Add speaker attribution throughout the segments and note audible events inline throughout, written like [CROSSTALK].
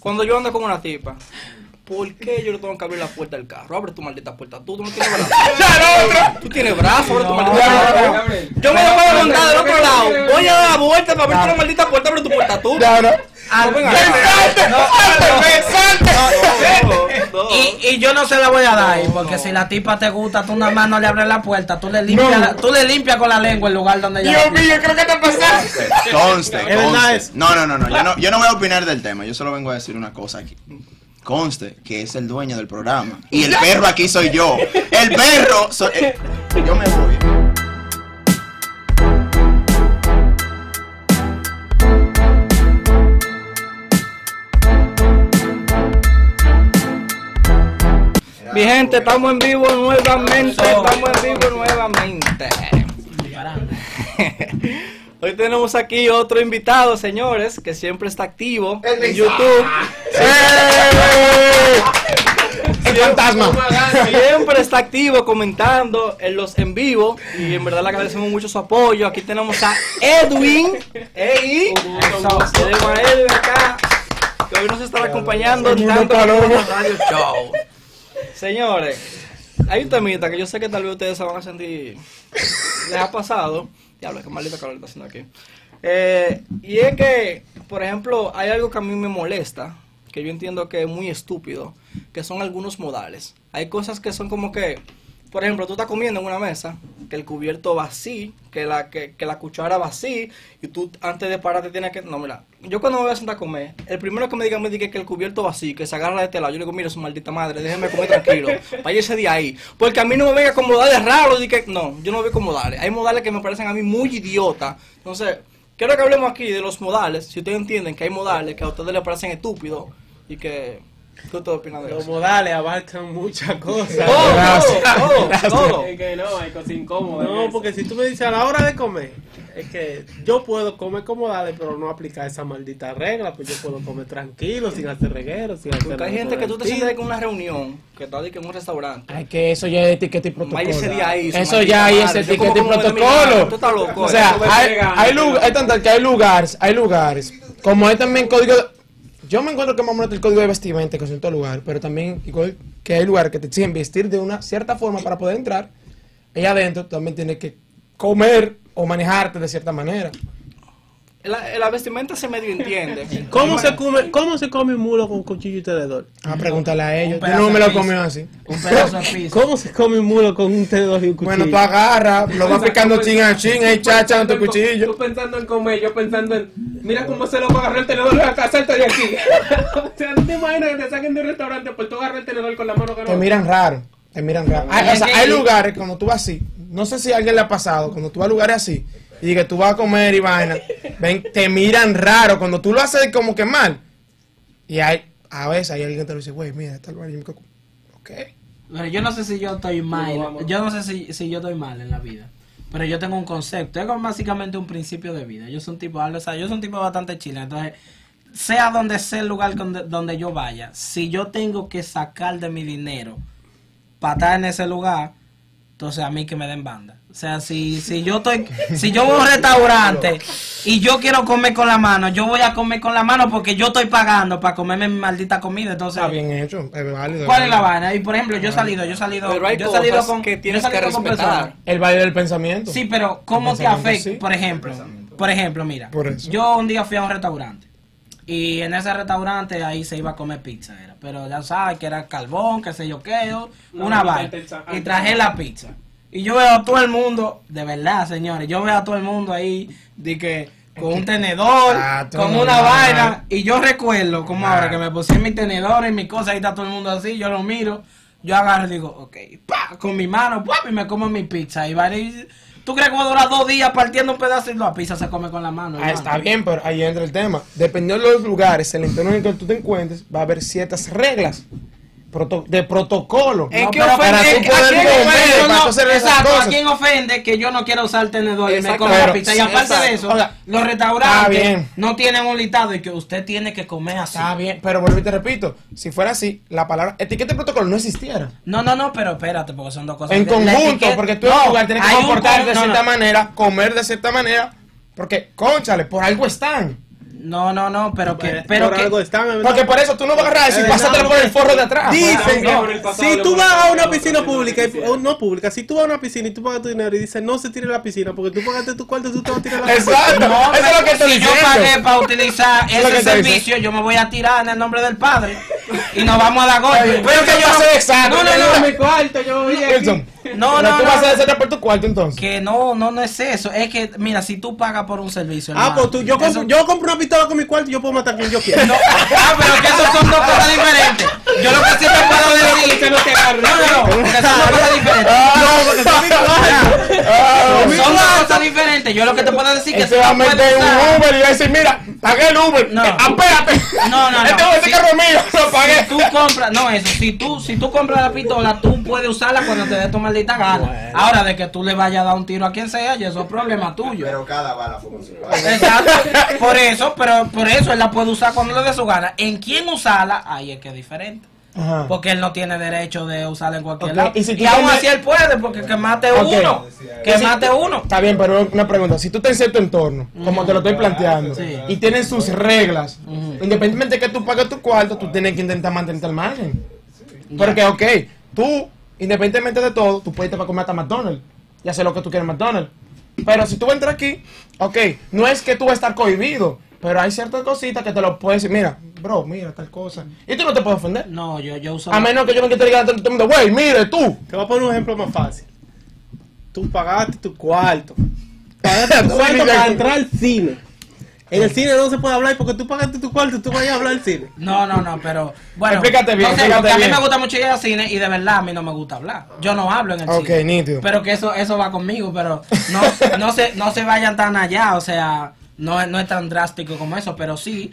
Speaker 1: Cuando yo ando con una tipa, ¿por qué yo le tengo que abrir la puerta del carro? Abre tu maldita puerta. Tú, tú no tienes brazo. Tú tienes brazo, abre tu maldita puerta. Yo me lo puedo montar del otro lado. Voy a dar la vuelta para abrirte una maldita puerta, abre tu puerta tú.
Speaker 2: Ya, no.
Speaker 1: No, venga. No, no, no.
Speaker 3: Y, y yo no se la voy a dar, porque si la tipa te gusta, tú nada más no le abres la puerta, tú le limpias,
Speaker 2: No.
Speaker 3: la- tú le limpias con la lengua el lugar donde ella.
Speaker 2: Dios mío, creo que te pasaste.
Speaker 4: Conste,
Speaker 5: Es verdad
Speaker 4: conste.
Speaker 5: eso.
Speaker 4: No, no, no, no. Yo no, yo no voy a opinar del tema. Yo solo vengo a decir una cosa aquí. Conste que es el dueño del programa. Y el perro aquí soy yo. El perro. soy- eh, yo me voy.
Speaker 1: Mi gente, estamos en vivo nuevamente.
Speaker 3: So-
Speaker 1: Estamos en vivo nuevamente. [LAUGHS] Hoy tenemos aquí otro invitado, señores, que siempre está activo
Speaker 2: El
Speaker 1: en
Speaker 2: Lisa.
Speaker 1: YouTube.
Speaker 2: ¡Eh! El fantasma.
Speaker 1: Siempre está activo comentando en los en vivo. Y en verdad le agradecemos mucho su apoyo. Aquí tenemos a Edwin. Ey. Tenemos a Edwin acá. Que hoy nos estará acompañando en
Speaker 2: Señor
Speaker 1: tanto
Speaker 2: Paloma.
Speaker 1: radio show. Señores, hay un temita que yo sé que tal vez ustedes se van a sentir. [LAUGHS] Les ha pasado. Diablo, qué maldita calor está haciendo aquí. Eh, y es que, por ejemplo, hay algo que a mí me molesta, que yo entiendo que es muy estúpido, que son algunos modales. Hay cosas que son como que, por ejemplo, tú estás comiendo en una mesa, que el cubierto va así, que la, que, que la cuchara va así, y tú antes de pararte tienes que... No, mira, yo cuando me voy a sentar a comer, el primero que me diga me diga que el cubierto va así, que se agarra de este lado, yo le digo, mira, su maldita madre, déjeme comer tranquilo, váyase de ahí. Porque a mí no me venga con modales raros, y que... No, yo no veo con modales. Hay modales que me parecen a mí muy idiotas. Entonces... Quiero que hablemos aquí de los modales. Si ustedes entienden que hay modales que a ustedes les parecen estúpidos y que. ¿Qué ustedes opinan de
Speaker 5: Los
Speaker 1: eso? Oh,
Speaker 5: modales abarcan muchas cosas.
Speaker 1: Todo, todo, todo.
Speaker 6: Es que no, [LAUGHS] hay cosas incómodas.
Speaker 5: No, porque si tú me dices a la hora de comer, es que yo puedo comer como dale, pero no aplicar esa maldita regla, pues yo puedo comer tranquilo, sin hacer reguero, sin hacer
Speaker 1: Porque hay
Speaker 5: nada
Speaker 1: gente
Speaker 5: por
Speaker 1: que
Speaker 5: el
Speaker 1: tú te
Speaker 5: estilo.
Speaker 1: sientas en una reunión, que está de que en un restaurante.
Speaker 2: Ay, que eso ya es etiqueta y protocolo.
Speaker 1: Váyase de ahí. su
Speaker 2: Eso
Speaker 1: maldita
Speaker 2: ya ahí es
Speaker 1: madre. Yo como
Speaker 2: etiqueta y
Speaker 1: como me dominicano,
Speaker 2: protocolo.
Speaker 1: Tú estás loco.
Speaker 2: O sea,
Speaker 1: eh.
Speaker 2: hay, hay, lu- hay tantas que hay lugares, hay lugares. Como hay también código. Yo me encuentro que más o menos el código de vestimenta que es en todo lugar, pero también igual que hay lugares que te exigen vestir de una cierta forma para poder entrar. Y adentro también tienes que comer o manejarte de cierta manera.
Speaker 1: la, la vestimenta se medio
Speaker 6: [LAUGHS]
Speaker 1: entiende.
Speaker 5: ¿Cómo se, come, ¿Cómo se come un mulo con cuchillo y tenedor?
Speaker 2: A preguntarle a ellos. Yo
Speaker 3: pedazo
Speaker 2: no me
Speaker 3: de
Speaker 2: lo
Speaker 3: pizza.
Speaker 2: comió así.
Speaker 3: Un pedazo de piso.
Speaker 5: ¿Cómo se come un mulo con un tenedor y un cuchillo?
Speaker 2: Bueno, tú agarras, lo vas picando chin a chin, ahí chacha con tu
Speaker 6: Tú
Speaker 2: cuchillo.
Speaker 6: pensando en comer, yo pensando en. Mira cómo se lo va a agarrar el tenedor acá, salta de aquí. [LAUGHS] o sea, no te imaginas que te saquen de un restaurante, pues tú agarras el tenedor con la mano que no.
Speaker 2: Te miran raro, te miran raro. Hay, o sea, hay lugares cuando tú vas así, no sé si a alguien le ha pasado, cuando tú vas a lugares así y que tú vas a comer y vaina, ven, te miran raro, cuando tú lo haces como que mal. Y hay, a veces hay alguien que te lo dice, güey, mira, este está el baño. Ok.
Speaker 3: Pero yo no sé si yo estoy mal,
Speaker 6: vamos.
Speaker 3: yo no sé si, si yo estoy mal en la vida. Pero yo tengo un concepto, es como básicamente un principio de vida. Yo soy un tipo, o sea, yo soy un tipo bastante chile, entonces sea donde sea el lugar donde, donde yo vaya, si yo tengo que sacar de mi dinero para estar en ese lugar, entonces a mí que me den banda. O sea, si, si yo
Speaker 2: [LAUGHS]
Speaker 3: estoy, si yo voy a un restaurante y yo quiero comer con la mano, yo voy a comer con la mano porque yo estoy pagando para comerme mi maldita comida, entonces
Speaker 2: Está bien hecho, es válido.
Speaker 3: ¿Cuál es la vaina? Y por ejemplo, yo he salido, yo he salido,
Speaker 1: Pero hay
Speaker 3: yo he salido
Speaker 1: cosas
Speaker 3: con
Speaker 1: que
Speaker 3: yo he
Speaker 1: tienes
Speaker 3: salido
Speaker 1: que
Speaker 3: con
Speaker 1: respetar.
Speaker 3: personas.
Speaker 2: El baile del pensamiento.
Speaker 3: Sí, pero ¿cómo te
Speaker 2: pensamiento,
Speaker 3: afecta?
Speaker 2: sí.
Speaker 3: Por ejemplo, por ejemplo, mira,
Speaker 2: Por eso.
Speaker 3: yo un día fui a un restaurante y en ese restaurante ahí se iba a comer pizza, era, pero ya sabes que era carbón, qué sé yo qué, o
Speaker 6: No,
Speaker 3: una
Speaker 6: no,
Speaker 3: vaina.
Speaker 6: pizza.
Speaker 3: Y traje la pizza. Y yo veo a todo el mundo, de verdad, señores, yo veo a todo el mundo ahí de que con un tenedor,
Speaker 2: Ah, tú
Speaker 3: con
Speaker 2: no,
Speaker 3: una
Speaker 2: no,
Speaker 3: vaina
Speaker 2: no.
Speaker 3: y yo recuerdo como
Speaker 2: Nah.
Speaker 3: ahora que me puse pues, mi tenedor y mi cosa, ahí está todo el mundo así, yo lo miro, yo agarro y digo, ok, pa, con mi mano, pa, y me como mi pizza. Y vale, y- ¿tú crees que voy a durar dos días partiendo un pedazo y la pizza se come con la mano?
Speaker 2: Ah,
Speaker 3: hermano?
Speaker 2: está bien, pero ahí entra el tema. Dependiendo de los lugares, el entorno en el que tú te encuentres, va a haber ciertas reglas proto- de protocolo.
Speaker 1: ¿En
Speaker 3: No,
Speaker 1: qué
Speaker 3: pero
Speaker 1: ofende?
Speaker 2: para tú
Speaker 1: ¿En qué-
Speaker 2: poder
Speaker 1: a quién
Speaker 2: comer?
Speaker 1: ofende?
Speaker 3: Pero
Speaker 2: para
Speaker 3: no,
Speaker 2: tú hacer esas
Speaker 3: exacto,
Speaker 2: cosas.
Speaker 3: ¿a quién ofende que yo no quiero usar el tenedor y me
Speaker 1: Exacto,
Speaker 3: como la
Speaker 2: pero-
Speaker 3: pizza? Y aparte de eso,
Speaker 2: Ahora,
Speaker 3: los
Speaker 2: está
Speaker 3: restaurantes
Speaker 2: bien.
Speaker 3: no tienen un listado y que usted tiene que comer así.
Speaker 2: Está bien, pero vuelvo y te repito, si fuera así, la palabra etiqueta y protocolo no existiera.
Speaker 3: No, no, no, pero espérate, porque son dos cosas.
Speaker 2: En
Speaker 3: La
Speaker 2: conjunto,
Speaker 3: etiqueta-
Speaker 2: porque tú en un
Speaker 3: No,
Speaker 2: lugar tienes que
Speaker 3: hay un
Speaker 2: comportarte
Speaker 3: con-
Speaker 2: de
Speaker 3: no,
Speaker 2: cierta
Speaker 3: no.
Speaker 2: manera, comer de cierta manera, porque, conchale, por algo están.
Speaker 3: No, no, no, pero que. Pero
Speaker 5: por
Speaker 3: que
Speaker 5: algo están, ¿verdad?
Speaker 2: Porque por eso tú no vas a agarrar eso y pasártelo por el forro de atrás.
Speaker 5: Dicen,
Speaker 6: Ah, por el pasado
Speaker 5: si
Speaker 6: le
Speaker 5: tú vas
Speaker 6: molestaba,
Speaker 5: a una
Speaker 6: no,
Speaker 5: piscina
Speaker 6: no, no,
Speaker 5: pública,
Speaker 6: no,
Speaker 5: y-
Speaker 6: no,
Speaker 5: o no pública, si tú vas a una piscina y tú pagas tu dinero y dices, no se tire en la piscina porque tú pagaste tu cuarto, tú te vas a tirar en la piscina.
Speaker 2: Exacto.
Speaker 3: No,
Speaker 2: eso es lo que
Speaker 3: pero
Speaker 2: estoy
Speaker 3: si yo
Speaker 2: diciendo.
Speaker 3: pagué para utilizar
Speaker 2: lo que
Speaker 3: ese
Speaker 2: te
Speaker 3: servicio, yo me voy a tirar en el nombre del padre y nos vamos a dar golpe.
Speaker 2: Pero que yo
Speaker 3: no-
Speaker 2: sé exacto.
Speaker 3: No, no,
Speaker 6: Yo
Speaker 3: no.
Speaker 6: mi cuarto, yo voy aquí.
Speaker 2: Wilson.
Speaker 3: No,
Speaker 2: Pero
Speaker 3: no,
Speaker 2: tú vas a
Speaker 3: no.
Speaker 2: hacer por tu cuarto entonces.
Speaker 3: Que no, no, no es eso. Es que, mira, si tú pagas por un servicio.
Speaker 5: Ah,
Speaker 3: hermano,
Speaker 5: pues tú, yo compro,
Speaker 3: eso-
Speaker 5: yo compro una pistola con mi cuarto y yo puedo matar a quien yo quiera.
Speaker 3: No, ah, pero que esos son dos cosas diferentes. Yo lo que siempre puedo decir.
Speaker 6: Que no te agarre.
Speaker 3: No, no, no. Porque son dos cosas diferentes.
Speaker 2: Ah.
Speaker 3: Son dos cosas diferentes. Yo lo que te puedo decir que
Speaker 2: Este
Speaker 3: tú
Speaker 2: va a
Speaker 3: puedes
Speaker 2: meter
Speaker 3: usar-
Speaker 2: un Uber y va a decir, mira, pagué el Uber,
Speaker 3: No.
Speaker 2: eh, apérate.
Speaker 3: No, no, no.
Speaker 2: Este Uber
Speaker 3: Sí.
Speaker 2: de carro es mío, lo
Speaker 3: Si
Speaker 2: pagué.
Speaker 3: tú compras, no, eso, si tú, si tú compras la pistola, tú puedes usarla cuando te dé tu maldita gana. Ahora, de que tú le vayas a dar un tiro a quien sea, ya eso es problema tuyo.
Speaker 4: Pero cada bala fue con su bala.
Speaker 3: Exacto,
Speaker 4: [LAUGHS]
Speaker 3: por eso, pero por eso él la puede usar cuando le dé su gana. En quién usarla, ahí es que es diferente.
Speaker 2: Ajá.
Speaker 3: Porque él no tiene derecho de usarla en cualquier
Speaker 2: Ah. Ok,
Speaker 3: lado.
Speaker 2: y
Speaker 3: Y,
Speaker 2: si tú
Speaker 3: aún
Speaker 2: tienes-
Speaker 3: así él puede, porque que mate
Speaker 2: Ok.
Speaker 3: uno. Que mate uno.
Speaker 2: Está bien, pero una pregunta. Si tú estás en cierto entorno, como te lo estoy planteando,
Speaker 3: Sí.
Speaker 2: y tienen sus reglas, independientemente de que tú pagues tu cuarto, tú tienes que intentar mantener el margen. Porque, ok, tú, independientemente de todo, tú puedes irte para comer hasta McDonald's y hacer lo que tú quieras en McDonald's. Pero si tú entras aquí, ok, no es que tú vas a estar cohibido, pero hay ciertas cositas que te lo puedes decir. Mira, bro, mira, tal cosa. Y tú no te puedes ofender.
Speaker 3: No, yo, yo uso.
Speaker 2: A menos que yo venga y te diga a todo el mundo, güey, mire tú.
Speaker 5: Te voy a poner un ejemplo más fácil. Tú pagaste tu cuarto.
Speaker 2: [LAUGHS]
Speaker 5: Pagaste tu
Speaker 2: Sí,
Speaker 5: cuarto
Speaker 2: mira.
Speaker 5: para entrar al cine. En el cine no se puede hablar porque tú pagaste tu cuarto y tú vayas a hablar al cine.
Speaker 3: No, no, no, pero bueno.
Speaker 2: Explícate bien,
Speaker 3: no sé,
Speaker 2: explícate
Speaker 3: porque a mí
Speaker 2: bien.
Speaker 3: me gusta mucho ir al cine y de verdad a mí no me gusta hablar. Yo no hablo en el
Speaker 2: Ok,
Speaker 3: cine.
Speaker 2: nítido.
Speaker 3: Pero que eso eso va conmigo, pero
Speaker 2: [LAUGHS]
Speaker 3: no no se no se vayan tan allá, o sea, no es- no es tan drástico como eso, pero sí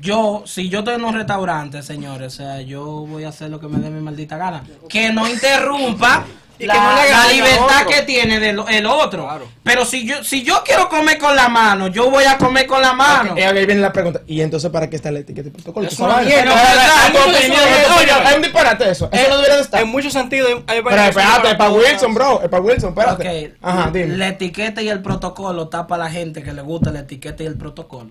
Speaker 3: yo, si yo estoy en un restaurante, señores, o sea, yo voy a hacer lo que me dé mi maldita gana. Que no interrumpa
Speaker 1: [LAUGHS] Y
Speaker 3: la,
Speaker 1: que no le haga
Speaker 3: la
Speaker 1: daño a
Speaker 3: libertad
Speaker 1: otro.
Speaker 3: que tiene del, el otro.
Speaker 1: Claro.
Speaker 3: Pero si yo si yo quiero comer con la mano, yo voy a comer con la mano.
Speaker 2: Y ahí viene la pregunta. ¿Y entonces para qué está la etiqueta de protocolo?
Speaker 1: Es
Speaker 2: Tú
Speaker 1: una
Speaker 2: sabes.
Speaker 1: mierda,
Speaker 2: Ahora,
Speaker 3: ¿verdad?
Speaker 2: a
Speaker 3: Eso
Speaker 2: tu
Speaker 3: es
Speaker 2: opinión,
Speaker 3: una
Speaker 2: es
Speaker 3: mierda.
Speaker 2: tuya, Es un disparate eso. Eso no debería de estar.
Speaker 1: En muchos sentidos, hay
Speaker 2: Pero
Speaker 1: varias cosas
Speaker 2: espérate, es para
Speaker 1: cosas.
Speaker 2: Wilson, bro. Es para Wilson, espérate.
Speaker 3: Ok,
Speaker 2: Ajá, dime.
Speaker 3: La etiqueta y el protocolo está para la gente que le gusta la etiqueta y el
Speaker 2: [LAUGHS]
Speaker 3: protocolo.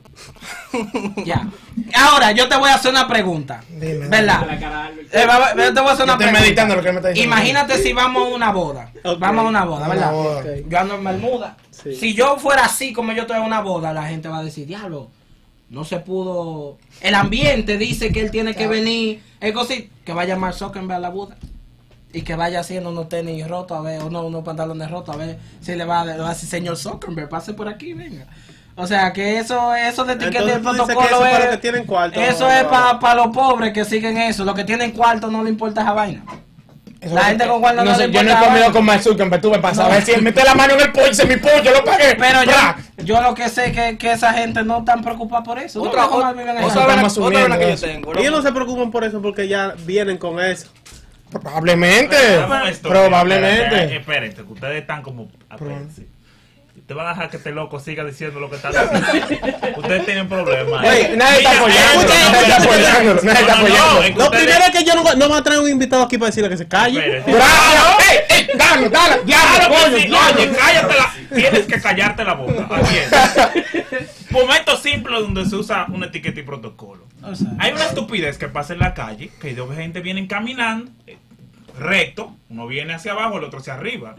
Speaker 3: ya. Ahora, yo te voy a hacer una pregunta.
Speaker 2: Dime.
Speaker 3: ¿Verdad?
Speaker 6: La cara de Albert.
Speaker 3: Eh, va- va- yo te voy a hacer una
Speaker 2: Estoy
Speaker 3: pregunta.
Speaker 2: meditando lo que él me está diciendo.
Speaker 3: Imagínate si vamos a una boda.
Speaker 5: Ok.
Speaker 3: Vamos a una boda,
Speaker 2: Una
Speaker 3: ¿verdad?
Speaker 2: boda.
Speaker 3: Ok. Yo ando en Bermuda.
Speaker 5: Sí.
Speaker 3: Si yo fuera así como yo estoy en una boda, la gente va a decir, diablo, no se pudo... El ambiente dice que él tiene que venir. Es cosi- que vaya Mark Zuckerberg a la boda. Y que vaya haciendo unos tenis rotos a ver, o no, unos pantalones rotos a ver si le va a, le va a decir, señor Zuckerberg, pase por aquí, venga. O sea, que eso, eso de etiqueta y el
Speaker 5: Entonces tú dices que
Speaker 3: protocolo
Speaker 5: eso es
Speaker 3: es...
Speaker 5: para los que tienen cuarto,
Speaker 3: eso
Speaker 5: no,
Speaker 3: es
Speaker 5: no.
Speaker 3: para los pobres que siguen eso. Los que tienen cuarto no le importa esa vaina.
Speaker 2: Eso
Speaker 3: la
Speaker 2: es-
Speaker 3: gente con Juan no
Speaker 2: no
Speaker 3: le
Speaker 2: sé, Yo no he
Speaker 3: importa
Speaker 2: comido
Speaker 3: ahora.
Speaker 2: con Mark Zuckerberg. Tú me pasas.
Speaker 3: No.
Speaker 2: A ver si él mete la mano en el pollo y dice, mi pollo, yo lo pagué.
Speaker 3: Pero
Speaker 2: Bra.
Speaker 3: yo, yo lo que sé es que, que esa gente no tan preocupada por eso.
Speaker 1: Otra,
Speaker 3: no, no,
Speaker 1: otra,
Speaker 3: no, no, no, no.
Speaker 1: otra, vena-
Speaker 2: Estamos
Speaker 1: otra vena que yo
Speaker 2: subiendo
Speaker 1: tengo.
Speaker 5: Ellos
Speaker 1: ¿no?
Speaker 5: no se preocupan por eso porque ya vienen con eso.
Speaker 2: Probablemente.
Speaker 7: Hagamos esto, espérate,
Speaker 2: Probablemente.
Speaker 7: Espérense, que ustedes están como. Espérense. Te van a dejar que este loco siga diciendo lo que está diciendo.
Speaker 2: [LAUGHS]
Speaker 7: ustedes tienen problemas.
Speaker 2: Ey, nadie está apoyando, nadie está apoyando, nadie está apoyando.
Speaker 5: Lo primero es que yo no, no voy a traer un invitado aquí para decirle que se calle.
Speaker 7: Espérate.
Speaker 2: Bravo. ¡Ey, ey! ¡Dale, dale! ¡Diablo,
Speaker 7: Claro
Speaker 2: pollo!
Speaker 7: que sí. Oye,
Speaker 2: diablo.
Speaker 7: cállate la. Tienes que callarte la boca. Así [LAUGHS] es. Momento simple donde se usa una etiqueta y protocolo.
Speaker 3: O sea,
Speaker 7: Hay una estupidez que pasa en la calle, que dos gente vienen caminando eh, recto, uno viene hacia abajo, el otro hacia arriba.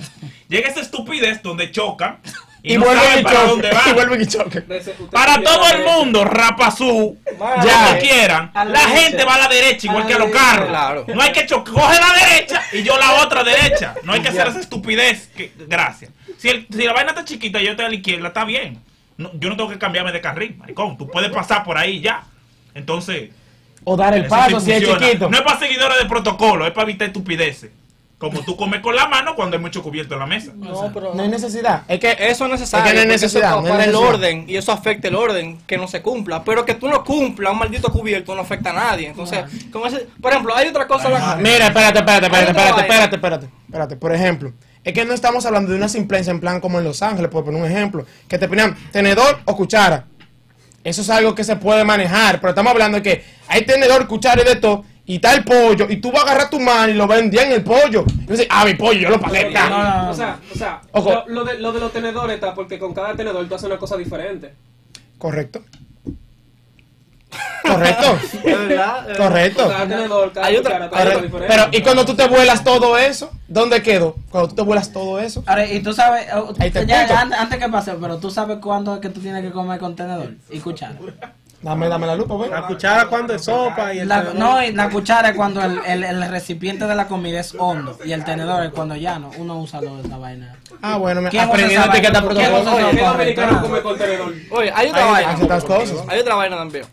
Speaker 7: Llega esa estupidez donde chocan y,
Speaker 2: Y
Speaker 7: no
Speaker 2: vuelven
Speaker 7: saben
Speaker 2: y
Speaker 7: para dónde
Speaker 2: chocan. [LAUGHS] Y
Speaker 7: van.
Speaker 2: vuelven y chocan.
Speaker 7: Para todo el mundo, rapazú,
Speaker 1: Madre.
Speaker 7: ya quieran,
Speaker 3: A
Speaker 7: la,
Speaker 3: la
Speaker 7: gente
Speaker 3: derecha.
Speaker 7: va a la derecha igual
Speaker 3: A la
Speaker 7: que a los
Speaker 3: derecha.
Speaker 7: carros.
Speaker 1: Claro.
Speaker 7: No hay que cho- coge la derecha y yo la otra derecha. No hay que hacer esa estupidez. que- gracias. Si, el- si la vaina está chiquita y yo estoy a la izquierda, está bien. No, yo no tengo que cambiarme de carril, maricón. Tú puedes pasar por ahí ya. Entonces,
Speaker 2: O dar el
Speaker 7: eso
Speaker 2: paso
Speaker 7: sí
Speaker 2: si es
Speaker 7: funciona.
Speaker 2: chiquito.
Speaker 7: No es para seguidores de protocolo, es para evitar estupideces. Como tú comes con la mano cuando hay mucho cubierto en la mesa.
Speaker 1: No, pero
Speaker 2: No hay necesidad. Es que
Speaker 1: eso es necesario.
Speaker 2: Es que no
Speaker 1: porque
Speaker 2: hay necesidad,
Speaker 1: eso
Speaker 2: no hay
Speaker 1: para el
Speaker 2: necesidad.
Speaker 1: orden y eso afecta el orden, que no se cumpla. Pero que tú no cumplas un maldito cubierto no afecta a nadie. Entonces, como ese- por ejemplo, hay otra cosa.
Speaker 2: Ah,
Speaker 1: la-
Speaker 2: Mira, espérate,
Speaker 1: Ahí te
Speaker 2: espérate, espérate, espérate,
Speaker 1: va,
Speaker 2: espérate, espérate, espérate. Por ejemplo, es que no estamos hablando de una simplencia en plan como en Los Ángeles, por poner un ejemplo, que te ponían tenedor o cuchara. Eso es algo que se puede manejar, pero estamos hablando de que hay tenedor, cuchara y de todo, y está el pollo, y tú vas a agarrar tu mano y lo vendían en el pollo. Y dices, ah, mi pollo, yo lo pagué.
Speaker 3: No, no, no, no.
Speaker 6: O sea, o sea
Speaker 2: Ojo.
Speaker 6: lo, lo de, lo de los tenedores está porque con cada tenedor tú haces una cosa diferente.
Speaker 2: Correcto. Correcto.
Speaker 1: De verdad. de verdad.
Speaker 2: Correcto.
Speaker 6: Cada tenedor, cada
Speaker 1: Hay otra-
Speaker 6: cuchara, cada
Speaker 2: Ahora,
Speaker 6: cosa diferente.
Speaker 2: pero, ¿y cuando tú te vuelas todo eso? ¿Dónde quedó? Cuando tú te vuelas todo eso.
Speaker 3: Ahora, y tú sabes, eh,
Speaker 2: Ahí te
Speaker 3: ya,
Speaker 2: explico.
Speaker 3: an- antes, que pase, pero tú sabes cuándo es que tú tienes que comer contenedor y cuchara.
Speaker 2: Dame, dame la lupa, ven.
Speaker 5: La cuchara cuando es sopa y el
Speaker 3: La-
Speaker 5: tenedor-
Speaker 3: no, y la cuchara es cuando el, el- el recipiente de la comida es hondo y el tenedor es cuando llano. Uno usa lo de esa vaina.
Speaker 2: Ah, bueno, me
Speaker 3: ¿Quién usa
Speaker 2: aprendí
Speaker 3: esa
Speaker 2: la etiqueta
Speaker 3: vaina? ¿Quién usa
Speaker 2: protocolo.
Speaker 3: esa
Speaker 6: ¿Qué
Speaker 3: correcto.
Speaker 6: dominicano come con tenedor?
Speaker 1: Oye, hay otra
Speaker 2: Ahí
Speaker 1: vaina.
Speaker 2: hacen otras cosas.
Speaker 1: Hay otra vaina también.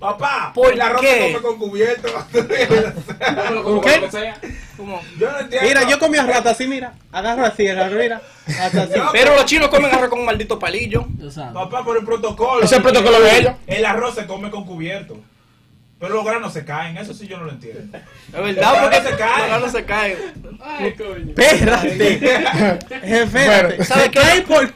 Speaker 8: Papá,
Speaker 1: ¿Por
Speaker 8: el arroz
Speaker 1: qué?
Speaker 8: se come con cubierto.
Speaker 6: Yo me lo como
Speaker 5: ¿Qué?
Speaker 6: con lo que sea.
Speaker 1: Como-
Speaker 8: yo no entiendo.
Speaker 5: Mira, yo comí a rata así, mira. Agarro así, agarro, mira. Hasta así.
Speaker 1: Pero los chinos comen arroz con un maldito palillo.
Speaker 3: Tú sabes.
Speaker 8: Papá, por el protocolo.
Speaker 2: Ese es el protocolo de ellos.
Speaker 8: El arroz se come con cubierto. Pero los granos se caen, eso sí yo no lo entiendo.
Speaker 1: Es verdad, porque
Speaker 8: se cae.
Speaker 1: No, no se cae.
Speaker 6: Ay, coño.
Speaker 5: Espérate. Espérate.
Speaker 2: Bueno.
Speaker 1: ¿Sabes qué?
Speaker 5: Ay, por-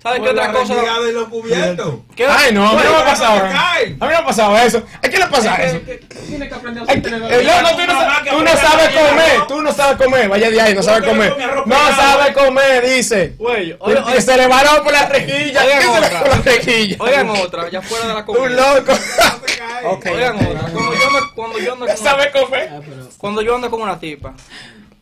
Speaker 1: ¿Sabes qué
Speaker 8: Por
Speaker 1: otra
Speaker 8: la
Speaker 1: cosa?
Speaker 8: retirada de los cubiertos.
Speaker 1: ¿Qué-
Speaker 2: [LAUGHS] Ay, no, a mí no me ha pasado
Speaker 8: Bueno,
Speaker 2: ahora. A
Speaker 8: cae.
Speaker 2: mí no me ha pasado eso. ¿A quién le pasa eso?
Speaker 6: Tiene que aprender a
Speaker 2: Ay,
Speaker 6: usar
Speaker 2: que-
Speaker 6: tenedor.
Speaker 2: eh, no, no, tú no, sa- tú no sabes comer, tú no sabes comer, vaya de ahí, no sabes comer. No sabes comer, dice.
Speaker 1: Güey, oigan,
Speaker 2: Que se le varó por la rejilla.
Speaker 1: Oigan
Speaker 2: ¿Qué se le
Speaker 1: otra.
Speaker 2: por la rejilla?
Speaker 1: oigan otra, ya fuera de la
Speaker 2: Un
Speaker 1: comida.
Speaker 5: [LAUGHS]
Speaker 2: loco.
Speaker 8: Se cae.
Speaker 1: Oigan otra. Cuando yo ando, cuando yo ando
Speaker 2: No
Speaker 1: con una,
Speaker 2: sabe comer.
Speaker 3: Ah, pero-
Speaker 1: cuando yo ando con una tipa,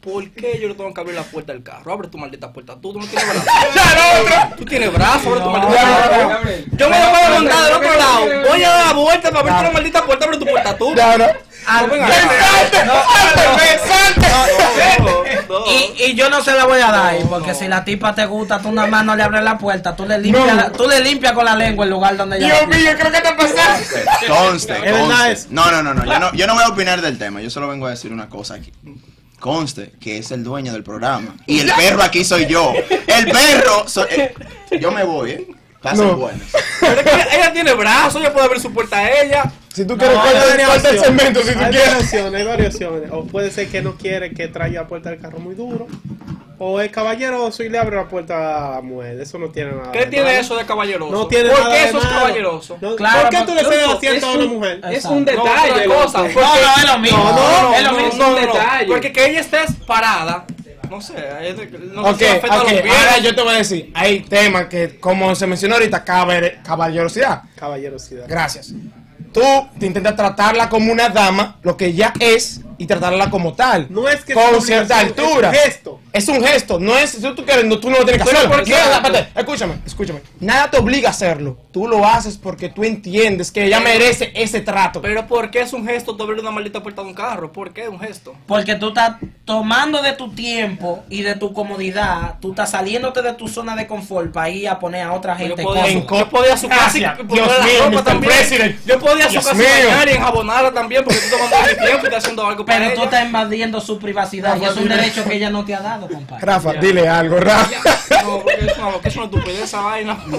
Speaker 1: ¿por qué yo le tengo que abrir la puerta del carro? Abre tu maldita puerta. Tú, tú no tienes brazo.
Speaker 2: [LAUGHS] Ya, el otro.
Speaker 1: Tú tienes brazo, abre tu maldita
Speaker 2: no,
Speaker 1: puerta.
Speaker 2: no.
Speaker 6: Gabriel.
Speaker 1: Yo me lo voy a montar del otro lado. Voy a dar la vuelta para abrir una maldita puerta, abre tu puerta tú.
Speaker 2: Ya, no.
Speaker 1: No, venga.
Speaker 2: ¡Salte! ¡Salte! ¡Salte!
Speaker 1: No, no.
Speaker 3: Y, y yo no se la voy a dar ahí, porque si la tipa te gusta, tú nada más no le abres la puerta, tú le limpias,
Speaker 2: No.
Speaker 3: la- tú le limpias con la lengua el lugar donde ella.
Speaker 2: Dios mío, creo que te pasaste.
Speaker 4: [LAUGHS] Conste,
Speaker 5: verdad
Speaker 4: conste.
Speaker 5: eso.
Speaker 4: No, no, no, no. Yo no, yo no voy a opinar del tema. Yo solo vengo a decir una cosa aquí. Conste que es el dueño del programa. Y el perro aquí soy yo. El perro. so- eh, yo me voy, ¿eh? Pasen
Speaker 2: No.
Speaker 4: buenas.
Speaker 1: Pero es que ella, ella tiene brazos, ella puede abrir su puerta a ella.
Speaker 2: Si tú quieres,
Speaker 5: No,
Speaker 2: corta
Speaker 5: hay
Speaker 2: el-
Speaker 5: varias
Speaker 2: corta el
Speaker 5: opciones.
Speaker 2: cemento si tú
Speaker 5: Hay varias
Speaker 2: quieres.
Speaker 5: opciones, hay varias opciones. O puede ser que no quiere que traiga la puerta del carro muy duro. O es caballeroso y le abre la puerta a la mujer. Eso no tiene nada.
Speaker 1: ¿Qué
Speaker 5: de
Speaker 1: tiene
Speaker 5: malo.
Speaker 1: eso de caballeroso?
Speaker 5: No tiene
Speaker 1: ¿Por
Speaker 5: nada
Speaker 1: qué
Speaker 5: de
Speaker 1: eso es
Speaker 5: malo.
Speaker 1: caballeroso?
Speaker 5: No,
Speaker 3: Claro,
Speaker 5: ¿Por qué tú le
Speaker 3: yo-
Speaker 5: cedes
Speaker 3: es
Speaker 5: asiento a una mujer?
Speaker 6: Es
Speaker 3: Exacto.
Speaker 6: un
Speaker 1: No, otra
Speaker 6: detalle.
Speaker 1: cosa.
Speaker 6: loco.
Speaker 1: Porque-
Speaker 3: es lo mismo.
Speaker 1: No, no,
Speaker 6: Es lo
Speaker 1: no,
Speaker 6: mismo, es
Speaker 1: no,
Speaker 6: un
Speaker 1: no, no.
Speaker 6: detalle.
Speaker 1: Porque que ella esté parada, no sé, ahí es de- no
Speaker 2: Ok,
Speaker 1: sé si afecta a los
Speaker 2: ok,
Speaker 1: pies.
Speaker 2: ahora yo te voy a decir, hay temas que, como se mencionó ahorita, caber- caballerosidad.
Speaker 5: Caballerosidad.
Speaker 2: Gracias. Tú te intentas tratarla como una dama, lo que ya es, y tratarla como tal.
Speaker 5: No es que sea
Speaker 2: Con
Speaker 5: una
Speaker 2: cierta
Speaker 5: obligación,
Speaker 2: altura.
Speaker 5: es un gesto.
Speaker 2: Es un gesto. No es, si tú quieres, no, tú no lo tienes que
Speaker 1: Pero
Speaker 2: hacer.
Speaker 1: ¿por qué?
Speaker 2: Nada, espérate, escúchame, escúchame. Nada te obliga a hacerlo. Tú lo haces porque tú entiendes que ella merece ese trato.
Speaker 1: Pero ¿por qué es un gesto tú abrir una maldita puerta de un carro? ¿Por qué un gesto?
Speaker 3: Porque tú estás tomando de tu tiempo y de tu comodidad, tú estás saliéndote de tu zona de confort para ir a poner a otra gente
Speaker 1: yo podía,
Speaker 3: cómoda.
Speaker 2: en
Speaker 1: yo
Speaker 2: co-
Speaker 1: podía su casa y
Speaker 2: Gracias.
Speaker 1: poner
Speaker 2: Dios
Speaker 1: la
Speaker 2: mío,
Speaker 1: ropa
Speaker 2: Mr.
Speaker 1: también.
Speaker 2: President.
Speaker 1: Yo podía su
Speaker 2: Dios
Speaker 1: casa y
Speaker 2: mío.
Speaker 1: bañar y enjabonarla también porque tú tomando mi tiempo y estás haciendo algo para
Speaker 3: Pero tú
Speaker 1: ella.
Speaker 3: estás invadiendo su privacidad y es un derecho que ella no te ha dado, compadre.
Speaker 2: Rafa, dile algo, Rafa.
Speaker 1: No, porque es una, que es una estupidez esa vaina.
Speaker 6: No.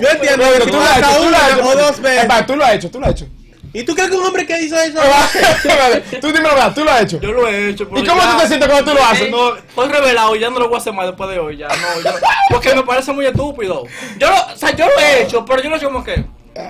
Speaker 5: Yo entiendo.
Speaker 2: Pero
Speaker 5: si
Speaker 2: tú lo
Speaker 5: pasa
Speaker 2: has hecho, tú lo
Speaker 5: una
Speaker 2: has hecho.
Speaker 5: o dos veces.
Speaker 2: Epa, tú lo has hecho, tú lo has hecho.
Speaker 5: ¿Y tú crees que un hombre que hizo eso?
Speaker 2: Vale, tú dime la verdad, tú lo has hecho.
Speaker 1: Yo lo he hecho. pero
Speaker 2: ¿Y cómo
Speaker 1: ya-
Speaker 2: tú te sientes cuando tú lo haces?
Speaker 1: No, estoy revelado y ya no lo voy a hacer más después de hoy. Ya no, yo- porque me parece muy estúpido. Yo lo, o sea, yo lo he hecho, pero yo lo he hecho como que.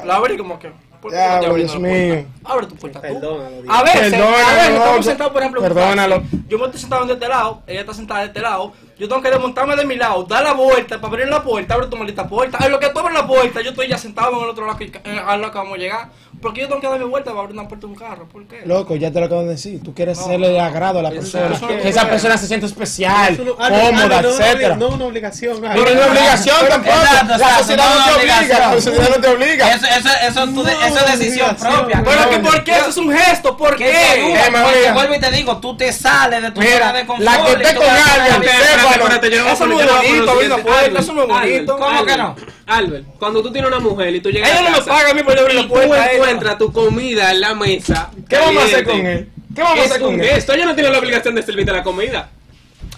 Speaker 1: La abrí como que. ¿por qué
Speaker 2: Ya,
Speaker 1: no te abrí
Speaker 2: Dios
Speaker 1: la puerta?
Speaker 2: mío.
Speaker 1: Abre tu puerta. tú.
Speaker 5: Perdónalo, Dios.
Speaker 1: A veces, a
Speaker 2: Perdónalo,
Speaker 1: veces estamos
Speaker 2: loco.
Speaker 1: sentados, por ejemplo. en un
Speaker 2: Perdónalo.
Speaker 1: taxi. Yo me estoy sentado de este lado, ella está sentada de este lado. Yo tengo que desmontarme de mi lado, dar la vuelta para abrir la puerta. Abre tu maldita puerta. En lo que tú abres la puerta, yo estoy ya sentado en el otro lado que, en- al lado que vamos a llegar. Porque yo tengo que dar mi vuelta para abrir una puerta de un carro. ¿Por qué?
Speaker 2: Loco, ya te lo acabo de decir. Tú quieres
Speaker 1: No.
Speaker 2: hacerle de agrado a la persona.
Speaker 1: eso no
Speaker 2: Que
Speaker 1: puede.
Speaker 2: esa persona se siente especial,
Speaker 5: Eso no- Ale, Ale,
Speaker 2: cómoda,
Speaker 5: no,
Speaker 2: etcétera.
Speaker 5: No
Speaker 2: No,
Speaker 5: es una obligación. Ale.
Speaker 2: no es una obligación tampoco.
Speaker 3: Exacto,
Speaker 2: La
Speaker 3: exacto,
Speaker 2: sociedad
Speaker 3: no
Speaker 2: no te
Speaker 3: es
Speaker 2: obliga. La
Speaker 3: obligación.
Speaker 2: sociedad no te obliga.
Speaker 3: Eso, eso, eso, es tu de-
Speaker 5: No,
Speaker 3: eso es decisión
Speaker 5: obligación.
Speaker 3: propia.
Speaker 1: Bueno, que
Speaker 3: compadre.
Speaker 1: ¿por qué? Eso es un gesto. ¿Por
Speaker 3: Que te
Speaker 1: qué?
Speaker 3: gusta,
Speaker 2: Eh, me
Speaker 3: porque
Speaker 2: voy.
Speaker 3: vuelvo y te digo, tú te sales de tu
Speaker 2: Mira,
Speaker 3: zona de confort.
Speaker 2: la que
Speaker 3: y
Speaker 2: esté
Speaker 3: tú
Speaker 2: con
Speaker 3: vas a
Speaker 2: alguien,
Speaker 3: la vida.
Speaker 2: Espérate, espérate,
Speaker 6: yo no voy a
Speaker 1: Eso es
Speaker 6: poner-
Speaker 1: muy
Speaker 6: yo no voy a
Speaker 1: bonito,
Speaker 6: poner
Speaker 1: vino
Speaker 6: siguiente.
Speaker 1: afuera, eso no es
Speaker 6: Albert,
Speaker 1: bonito.
Speaker 6: Albert,
Speaker 3: ¿Cómo que no?
Speaker 6: Albert, cuando tú tienes una mujer y tú llegas
Speaker 1: Ella
Speaker 6: a
Speaker 1: no me
Speaker 6: casa
Speaker 1: paga a mí por abrir
Speaker 6: y
Speaker 1: la
Speaker 6: tú
Speaker 1: puerta. a ella.
Speaker 6: encuentras tu comida en la mesa,
Speaker 2: ¿Qué vamos a hacer
Speaker 6: caliente,
Speaker 2: con él? ¿Qué vamos a
Speaker 6: Es
Speaker 2: hacer
Speaker 6: un
Speaker 2: con él?
Speaker 6: gesto, ella no tiene la obligación de servirte la comida.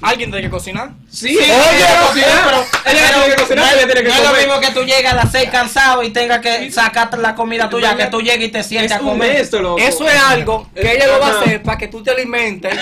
Speaker 1: ¿Alguien tiene que cocinar?
Speaker 6: Sí,
Speaker 2: Oye,
Speaker 6: ella tiene que
Speaker 2: no,
Speaker 6: cocinar,
Speaker 2: pero-
Speaker 6: ella tiene que cocinar, ella tiene que
Speaker 3: No es lo mismo
Speaker 6: comer.
Speaker 3: que tú llegas a las seis cansado y tengas que sacar la comida tuya, que tú llegues y te sientes
Speaker 6: Es
Speaker 3: a
Speaker 6: un
Speaker 3: comer.
Speaker 6: gesto, loco.
Speaker 1: Eso es algo que ella lo va a hacer para que tú te alimentes.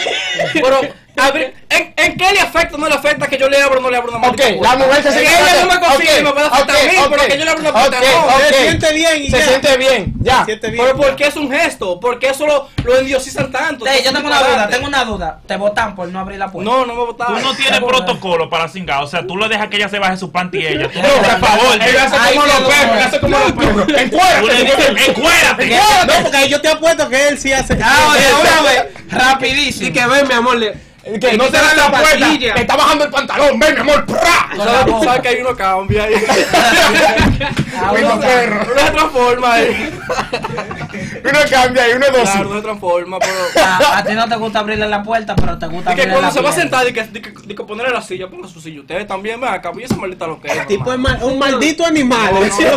Speaker 1: Pero abrir- ¿En, en qué le afecta o no le afecta que yo le abra o no le abra una
Speaker 2: Ok,
Speaker 1: maldita puerta?
Speaker 2: la mujer se
Speaker 1: Que
Speaker 2: siente.
Speaker 1: ella no me
Speaker 2: Ok,
Speaker 1: consigue y me puede afectar
Speaker 2: ok,
Speaker 1: a mí, pero
Speaker 2: ok,
Speaker 1: que yo le abra una puerta
Speaker 2: ok,
Speaker 1: no.
Speaker 2: ok.
Speaker 5: Se siente bien y
Speaker 2: Se
Speaker 5: ya.
Speaker 2: siente bien, ya.
Speaker 5: Se siente bien.
Speaker 1: Pero ¿por qué es un gesto? ¿Por qué eso lo, lo endiosillan tanto?
Speaker 3: Ey, yo tengo una duda,
Speaker 1: Disparate.
Speaker 3: tengo una duda. ¿Te votan por no abrir la puerta?
Speaker 1: No, no me votaron.
Speaker 7: Tú no tienes
Speaker 3: Vamos a ver.
Speaker 7: protocolo para cingar. O sea, tú lo dejas que ella se baje su panty y ella. Tú,
Speaker 3: No,
Speaker 7: por favor,
Speaker 6: Él hace
Speaker 3: Ay,
Speaker 6: como
Speaker 3: qué
Speaker 6: los perros, él hace como los perros.
Speaker 7: tú le dices, "Encuérate".
Speaker 5: No, porque yo te apuesto que él sí hace.
Speaker 3: Ah, oye, una vez, rapidísimo.
Speaker 6: Y que ven, mi amor, le...
Speaker 2: Que no te
Speaker 6: quitas
Speaker 2: dan la puerta.
Speaker 6: zapatilla.
Speaker 2: Te está bajando el pantalón, ven, mi amor. ¡Pra!
Speaker 3: Con la boca.
Speaker 1: ¿Sabes que hay uno cambia
Speaker 3: [LAUGHS]
Speaker 1: ahí?
Speaker 3: Ah,
Speaker 2: Mismo
Speaker 3: bueno,
Speaker 2: perro.
Speaker 1: Uno se transforma ahí.
Speaker 2: Uno cambia y uno dos.
Speaker 1: eh. Claro, uno se transforma, pero...
Speaker 3: A, a ti no te gusta abrirle la puerta, pero te gusta
Speaker 1: Y que
Speaker 3: abrirle
Speaker 1: cuando
Speaker 3: la
Speaker 1: se va a
Speaker 3: pierna.
Speaker 1: sentar, y que, di que, di que ponerle la silla, ponga su silla. Ustedes también, me acá, y esa maldita lo que es.
Speaker 5: Tipo es
Speaker 1: hermano.
Speaker 5: mal- un maldito animal.
Speaker 1: No,
Speaker 5: ¿sí?
Speaker 1: no, no,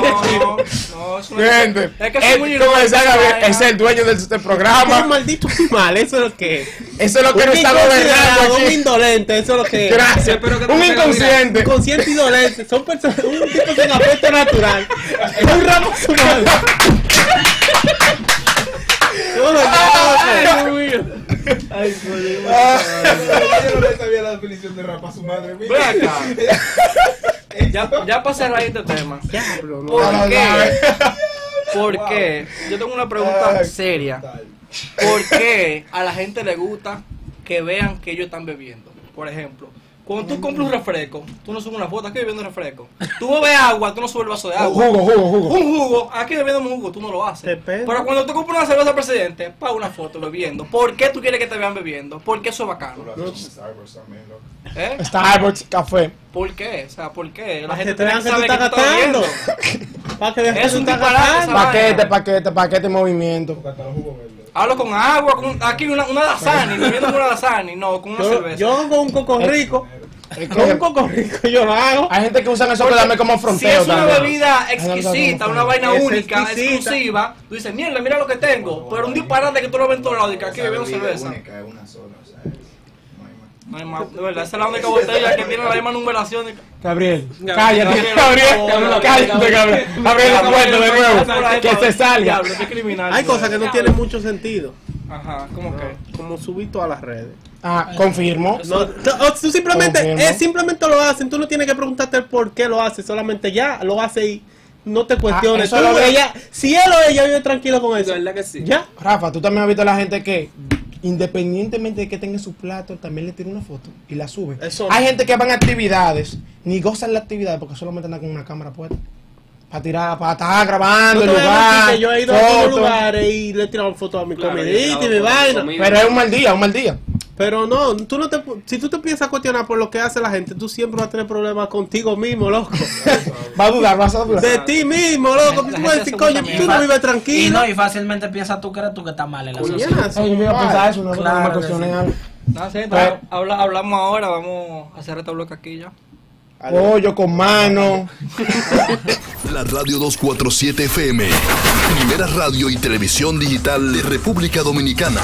Speaker 1: no, eso no es-
Speaker 2: Gente,
Speaker 1: Es que soy
Speaker 2: él,
Speaker 1: muy
Speaker 2: como
Speaker 1: irónico,
Speaker 2: decía Gabriel,
Speaker 1: vaina.
Speaker 2: es el dueño de
Speaker 5: Es
Speaker 2: este
Speaker 5: un
Speaker 2: programa.
Speaker 5: maldito animal, eso es lo que es.
Speaker 2: Eso es lo que
Speaker 5: Un
Speaker 2: nos está
Speaker 5: inconsiderado,
Speaker 2: gobernando
Speaker 5: un
Speaker 2: aquí.
Speaker 5: indolente, eso es lo que es.
Speaker 2: Gracias.
Speaker 6: Espero que te
Speaker 2: Un
Speaker 6: lo tenga
Speaker 2: inconsciente.
Speaker 5: Consciente y dolente, son personas, un tipo sin afecto natural, un ramo humano. Bueno, ya, ok.
Speaker 8: Yo no sabía la definición de rapa su madre.
Speaker 1: Ven
Speaker 2: [LAUGHS]
Speaker 1: acá. Ya, ya para cerrar este tema.
Speaker 5: Diablo, no.
Speaker 1: ¿Por
Speaker 2: No,
Speaker 1: qué? ¿Por qué? Yo tengo una pregunta
Speaker 2: Ay.
Speaker 1: seria. ¿Por qué a la gente le gusta que vean que ellos están bebiendo? Por ejemplo, cuando tú compras un refresco, tú no subes una foto aquí bebiendo refresco. Tú bebes agua, tú no subes el vaso de agua.
Speaker 2: Jugo, jugo, jugo.
Speaker 1: Un jugo, aquí bebiendo un jugo, tú no lo haces.
Speaker 5: Depende.
Speaker 1: Pero cuando tú compras una cerveza presidente, pa una foto bebiendo. ¿Por qué tú quieres que te vean bebiendo? ¿Por qué eso es bacano? ¿Eh?
Speaker 2: Starbucks, café.
Speaker 1: ¿Por qué? O sea, ¿por qué? La
Speaker 5: Que
Speaker 1: gente
Speaker 5: te vean
Speaker 1: tiene
Speaker 5: que
Speaker 1: que
Speaker 5: tú
Speaker 1: saber que
Speaker 5: estás
Speaker 1: tú estás
Speaker 5: gastando.
Speaker 1: bebiendo.
Speaker 5: Para que veas que
Speaker 1: Es
Speaker 5: tú
Speaker 1: un
Speaker 5: estás
Speaker 1: disparate,
Speaker 5: gastando.
Speaker 1: esa
Speaker 2: Paquete,
Speaker 1: vaina.
Speaker 2: paquete, paquete, movimiento.
Speaker 1: Hablo con agua, con, aquí una, una
Speaker 5: [LAUGHS]
Speaker 1: Dasani, bebiendo una Dasani, no, con una
Speaker 5: Yo,
Speaker 1: cerveza.
Speaker 5: yo con un coco
Speaker 2: Eh,
Speaker 5: rico,
Speaker 2: Es
Speaker 5: con un
Speaker 2: que
Speaker 5: coco rico yo lo hago.
Speaker 2: Hay gente que usan eso para darme como
Speaker 1: si es
Speaker 2: fronteo
Speaker 1: una
Speaker 2: también.
Speaker 1: bebida exquisita, una vaina
Speaker 5: Es
Speaker 1: única,
Speaker 5: exquisita.
Speaker 1: exclusiva, tú dices, mierda, mira lo que tengo, pero un disparate que tú lo ves en todos lados, y que aquí bebiendo cerveza. No hay más, de verdad, esa es la única botella que tiene la misma numeración. y-
Speaker 2: Gabriel,
Speaker 6: Gabriel,
Speaker 2: cállate, Gabriel,
Speaker 6: Gabriel,
Speaker 2: cállate, Gabriel. [LAUGHS] Abre la puerta de nuevo,
Speaker 1: Por
Speaker 2: que se salga.
Speaker 1: Diablo, qué criminal.
Speaker 5: Hay
Speaker 1: tú
Speaker 5: cosas que
Speaker 1: eres.
Speaker 5: no tienen mucho sentido,
Speaker 1: Ajá, ¿cómo que?
Speaker 5: como subir todas las redes.
Speaker 2: Ah, confirmo.
Speaker 5: No, t- o tú simplemente,
Speaker 2: Confirmo.
Speaker 5: eh, simplemente lo hacen, tú no tienes que preguntarte el por qué lo haces, solamente ya lo hace y no te cuestiones.
Speaker 2: eso
Speaker 5: Tú,
Speaker 2: lo ve-
Speaker 5: ella- si él o ella vive tranquilo con eso,
Speaker 6: De verdad que sí.
Speaker 5: ya.
Speaker 2: Rafa, tú también has visto a la gente que, independientemente de que tenga en su plato, también le tira una foto y la sube.
Speaker 5: Eso no.
Speaker 2: Hay gente que van a actividades, ni gozan la actividad porque solamente andan con una cámara puesta. Para tirar, para estar
Speaker 5: No
Speaker 2: grabando
Speaker 5: te
Speaker 2: el
Speaker 5: voy a mentir
Speaker 2: lugar.
Speaker 5: que yo he ido a algunos
Speaker 2: fotos.
Speaker 5: lugares y le he tirado fotos a mi
Speaker 6: Claro,
Speaker 5: comidita
Speaker 6: yo
Speaker 5: y
Speaker 6: he
Speaker 5: mi
Speaker 6: tirado fotos de
Speaker 5: vaina.
Speaker 6: comida.
Speaker 2: Pero es un mal día, un mal día.
Speaker 5: Pero no, tú no te, pu- si tú te empiezas a cuestionar por lo que hace la gente, tú siempre vas a tener problemas contigo mismo, loco.
Speaker 2: Va a dudar, vas a dudar.
Speaker 5: De ti mismo,
Speaker 1: La
Speaker 5: loco. Tú
Speaker 1: gente
Speaker 5: vas a
Speaker 1: hace
Speaker 5: decir,
Speaker 1: mucha
Speaker 5: coño, tú
Speaker 1: mierda.
Speaker 5: no vives
Speaker 3: Y
Speaker 5: tranquilo.
Speaker 3: no, y fácilmente piensas tú que eres tú que estás mal en la sociedad.
Speaker 5: Coñazo.
Speaker 2: Ay, yo me iba a pensar eso, no, no
Speaker 3: Claro
Speaker 2: me
Speaker 3: que
Speaker 2: cuestiones
Speaker 3: sí.
Speaker 2: algo.
Speaker 1: Nada, sí, entonces, habla- hablamos ahora, vamos a hacer este bloque aquí ya.
Speaker 2: Pollo con mano.
Speaker 9: La Radio 247 FM, primera radio y televisión digital de República Dominicana.